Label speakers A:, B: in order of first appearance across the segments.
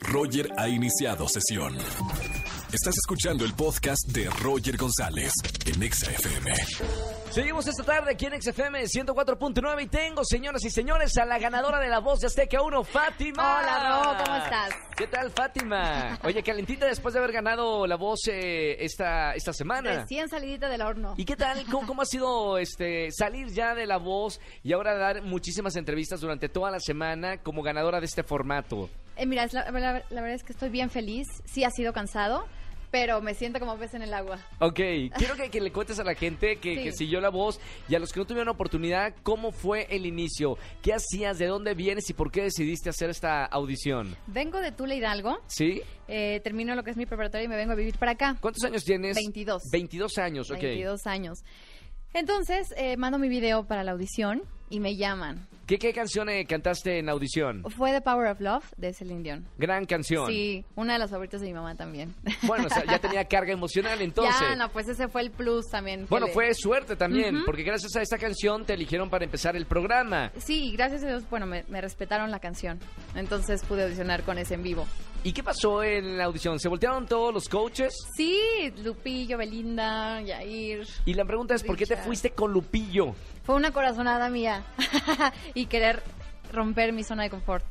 A: Roger ha iniciado sesión. Estás escuchando el podcast de Roger González en EXA-FM.
B: Seguimos esta tarde aquí en XFM 104.9 y tengo, señoras y señores, a la ganadora de la voz de Azteca 1, Fátima.
C: Hola, Ro, ¿cómo estás?
B: ¿Qué tal, Fátima? Oye, calentita después de haber ganado la voz eh, esta, esta semana.
C: Recién salidita del horno.
B: ¿Y qué tal? ¿Cómo, cómo ha sido este salir ya de la voz y ahora dar muchísimas entrevistas durante toda la semana como ganadora de este formato?
C: Eh, mira, es la, la- la verdad es que estoy bien feliz. Sí ha sido cansado, pero me siento como pez en el agua.
B: Ok, quiero que, que le cuentes a la gente que,
C: Sí.
B: que siguió la voz y a los que no tuvieron oportunidad, ¿cómo fue el inicio? ¿Qué hacías? ¿De dónde vienes? ¿Y por qué decidiste hacer esta audición?
C: Vengo de Tula Hidalgo,
B: ¿Sí?
C: eh, termino lo que es mi preparatoria y me vengo a vivir para acá.
B: ¿Cuántos años tienes?
C: 22.
B: 22 años, ok.
C: 22 años. Entonces, eh, mando mi video para la audición y me llaman.
B: ¿Qué, qué canción eh, cantaste en audición?
C: Fue The Power of Love de Celine Dion.
B: Gran canción.
C: Sí, una de las favoritas de mi mamá también.
B: Bueno, o sea, ya tenía carga emocional entonces.
C: ya, no, pues ese fue el plus también. que
B: Bueno,
C: le-
B: fue suerte también, porque gracias a esta canción te eligieron para empezar el programa.
C: Sí, y gracias a Dios, bueno, me, me respetaron la canción. Entonces pude audicionar con ese en vivo.
B: ¿Y qué pasó en la audición? ¿Se voltearon todos los coaches?
C: Sí, Lupillo, Belinda, Yair.
B: Y la pregunta es, ¿por qué te
C: Richard.
B: fuiste con Lupillo?
C: Fue una corazonada mía. y querer romper mi zona de confort.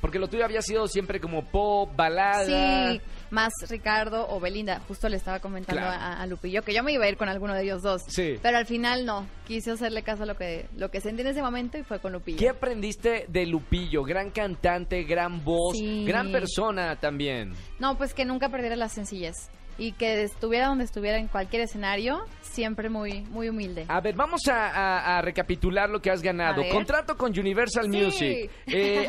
B: Porque lo tuyo había sido siempre como pop, balada.
C: Sí, más Ricardo o Belinda. Justo le estaba comentando
B: Claro.
C: a, a Lupillo que yo me iba a ir con alguno de ellos dos.
B: Sí.
C: Pero al final no. Quise hacerle caso a lo que, lo que sentí en ese momento y fue con Lupillo.
B: ¿Qué aprendiste de Lupillo? Gran cantante, gran voz,
C: Sí.
B: gran persona también.
C: No, pues que nunca perdiera la sencillez. Y que estuviera donde estuviera en cualquier escenario, siempre muy, muy humilde.
B: A ver, vamos a, a- a recapitular lo que has ganado.
C: A ver.
B: Contrato con Universal
C: Sí.
B: Music,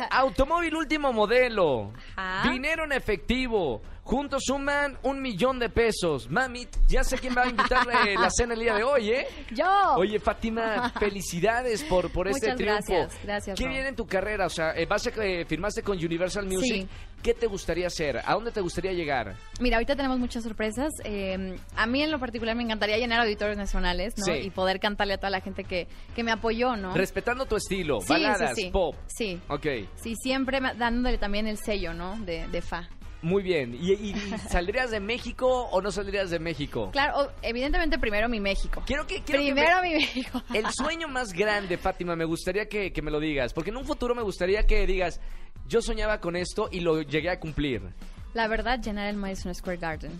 B: eh, automóvil último modelo,
C: Ajá.
B: dinero en efectivo. Juntos suman un millón de pesos. Mami, ya sé quién va a invitar eh, la cena el día de hoy, ¿eh?
C: Yo.
B: Oye, Fátima, felicidades por, por este
C: Muchas
B: triunfo.
C: gracias, gracias,
B: ¿Qué
C: Ro.
B: viene en tu carrera? O sea, eh, vas a, eh, firmaste con Universal Music.
C: Sí.
B: ¿Qué te gustaría hacer? ¿A dónde te gustaría llegar?
C: Mira, ahorita tenemos muchas sorpresas. Eh, a mí en lo particular me encantaría llenar auditorios nacionales, ¿no?
B: Sí.
C: Y poder cantarle a toda la gente que, que me apoyó, ¿no?
B: Respetando tu estilo,
C: Ah. Sí,
B: baladas,
C: sí, sí.
B: pop.
C: Sí.
B: Ok,
C: Sí, siempre ma- dándole también el sello, ¿no? De, de fa.
B: muy bien. ¿Y, y- y saldrías de México o no saldrías de México?
C: Claro, o- evidentemente primero mi México.
B: Quiero que... quiero que me-
C: Primero mi México.
B: El sueño más grande, Fátima, me gustaría que, que me lo digas. Porque en un futuro me gustaría que digas, yo soñaba con esto y lo llegué a cumplir.
C: La verdad, llenar el Madison Square Garden.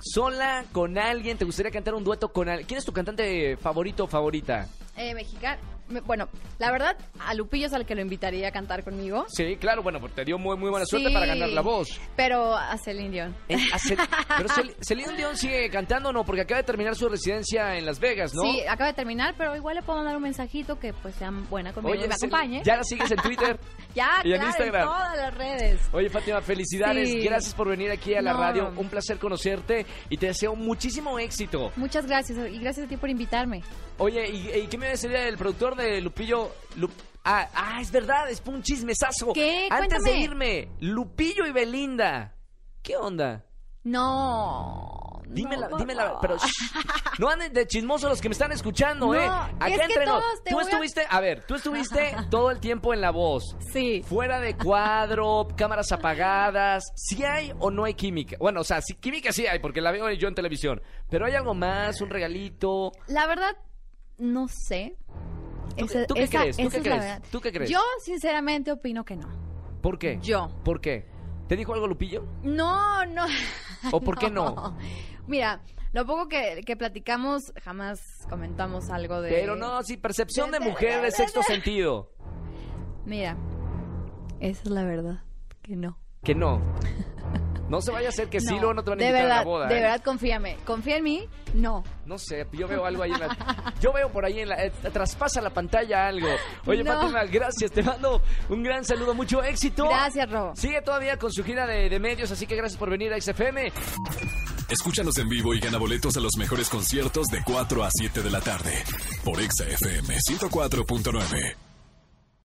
B: Sola, con alguien, te gustaría cantar un dueto con alguien. ¿Quién es tu cantante favorito o favorita?
C: Eh, mexicano. me- Bueno, la verdad, a Lupillo es al que lo invitaría a cantar conmigo.
B: Sí, claro, bueno, porque te dio muy, muy buena suerte
C: Sí.
B: para ganar la voz.
C: Pero a Celine Dion.
B: En- a Cel- Eh, ah, Pero Cel- Celine Dion sigue cantando o no, porque acaba de terminar su residencia en Las Vegas, ¿no?
C: Sí, eh, acaba de terminar, pero igual le puedo mandar un mensajito que pues sea buena conmigo y me
B: Cel-
C: acompañe.
B: ¿ya la sigues en Twitter?
C: Ya,
B: Y en
C: claro,
B: Instagram.
C: todas las redes.
B: Oye, Fátima, felicidades.
C: Sí.
B: Gracias por venir aquí a la
C: No.
B: radio. Un placer conocerte y te deseo muchísimo éxito.
C: Muchas gracias y gracias a ti por invitarme.
B: Oye, ¿y, y qué me decía el productor de Lupillo? Lu- ah, ah, es verdad, es un chismesazo.
C: ¿Qué?
B: Antes de
C: Cuéntame.
B: irme, Lupillo y Belinda. ¿Qué onda?
C: No.
B: Dímela,
C: no,
B: dímela,
C: por
B: pero
C: favor.
B: shh, no anden de chismosos los que me están escuchando,
C: No,
B: ¿eh?
C: y es que
B: entre nos.
C: todos te
B: Tú
C: voy a-
B: estuviste, a ver, tú estuviste todo el tiempo en la voz.
C: Sí.
B: Fuera de cuadro, cámaras apagadas. ¿Si hay o no hay química? Bueno, o sea, sí, química sí hay, porque la veo yo en televisión. Pero hay algo más, un regalito.
C: La verdad, no sé.
B: ¿Tú qué- tú qué crees? ¿Tú
C: esa
B: qué
C: es la
B: crees?
C: verdad.
B: ¿Tú qué crees?
C: Yo sinceramente opino que no.
B: ¿Por qué?
C: Yo.
B: ¿Por qué? ¿Te dijo algo Lupillo?
C: No, no.
B: ¿O por qué no?
C: Mira, lo poco que, que platicamos, jamás comentamos algo de...
B: Pero no, sí, percepción de
C: de- de-
B: mujer
C: de-
B: de
C: de-
B: sexto sentido.
C: Mira, esa es la verdad, que no.
B: Que no. No se vaya a hacer que sí,
C: No,
B: luego no te van a
C: de
B: invitar
C: verdad,
B: a la boda.
C: De
B: ¿eh?
C: verdad, confíame. Confía en mí, no.
B: No sé, yo veo algo ahí en la... Yo veo por ahí en la... eh, traspasa la pantalla algo. Oye,
C: No.
B: Fátima, gracias. Te mando un gran saludo, mucho éxito.
C: Gracias, Robo.
B: Sigue todavía con su gira de, de medios, así que gracias por venir a XFM.
A: Escúchanos en vivo y gana boletos a los mejores conciertos de 4 a 7 de la tarde por EXA-FM 104.9.